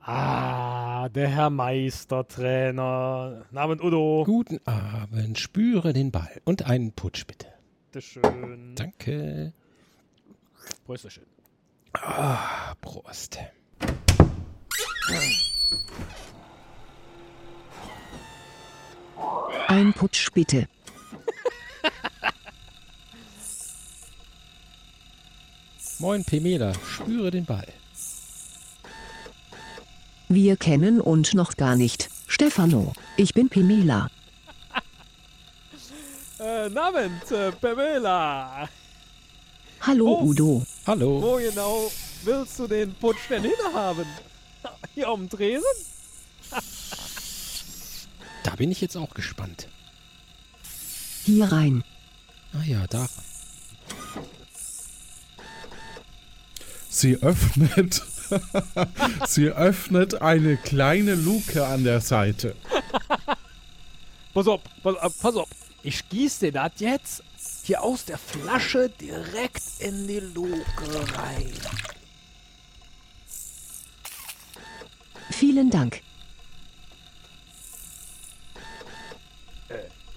Ah, der Herr Meistertrainer. Namen Udo. Guten Abend, spüre den Ball und einen Putsch bitte. Bitteschön. Danke. Prösterchen. Ah, Prost. Ein Putsch bitte. Moin Pemela, spüre den Ball. Wir kennen uns noch gar nicht. Stefano, ich bin Pimela. Äh, Namen, äh, Pamela. Hallo Oh. Udo. Hallo. Wo genau willst du den Putsch denn hinhaben? Hier auf dem Tresen? Da bin ich jetzt auch gespannt. Hier rein. Ah ja, da. Sie öffnet. Sie öffnet eine kleine Luke an der Seite. Pass auf, pass, äh, pass auf. Ich gieße dir das jetzt hier aus der Flasche direkt in die Luke rein. Vielen Dank.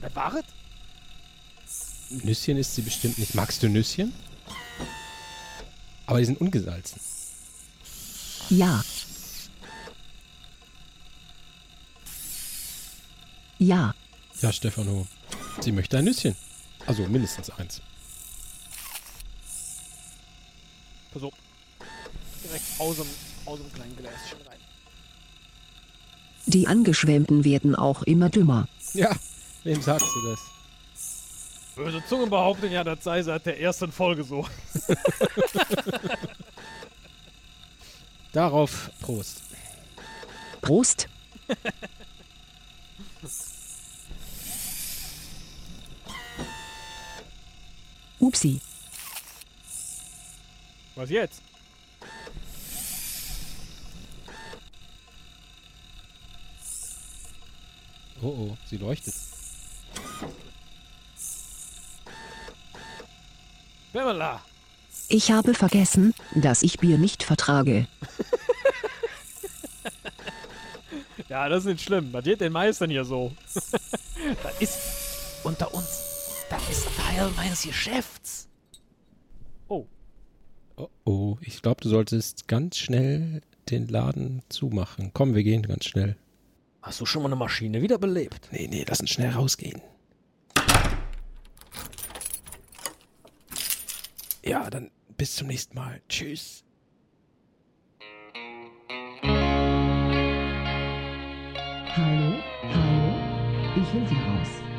Das war es? Nüsschen ist sie bestimmt nicht. Magst du Nüsschen? Aber die sind ungesalzen. Ja. Ja. Ja, Stefano. Sie möchte ein Nüsschen. Also mindestens eins. Pass auf. Direkt aus dem, aus dem kleinen Gläschen rein. Die Angeschwemmten werden auch immer dümmer. Ja, wem sagst du das? Böse Zungen behaupten ja, das sei seit der ersten Folge so. Darauf Prost. Prost. Upsi. Was jetzt? Oh oh, sie leuchtet. Pamela. Ich habe vergessen, dass ich Bier nicht vertrage. Ja, das ist nicht schlimm. Was geht den Meistern hier so? das ist unter uns. Das ist Teil meines Geschäfts. Oh, Oh oh, ich glaube, du solltest ganz schnell den Laden zumachen. Komm, wir gehen ganz schnell. hast du schon mal eine Maschine wiederbelebt? Nee, nee, lass uns schnell rausgehen. Ja, dann bis zum nächsten Mal. Tschüss. Hallo, hallo, ich will Sie raus.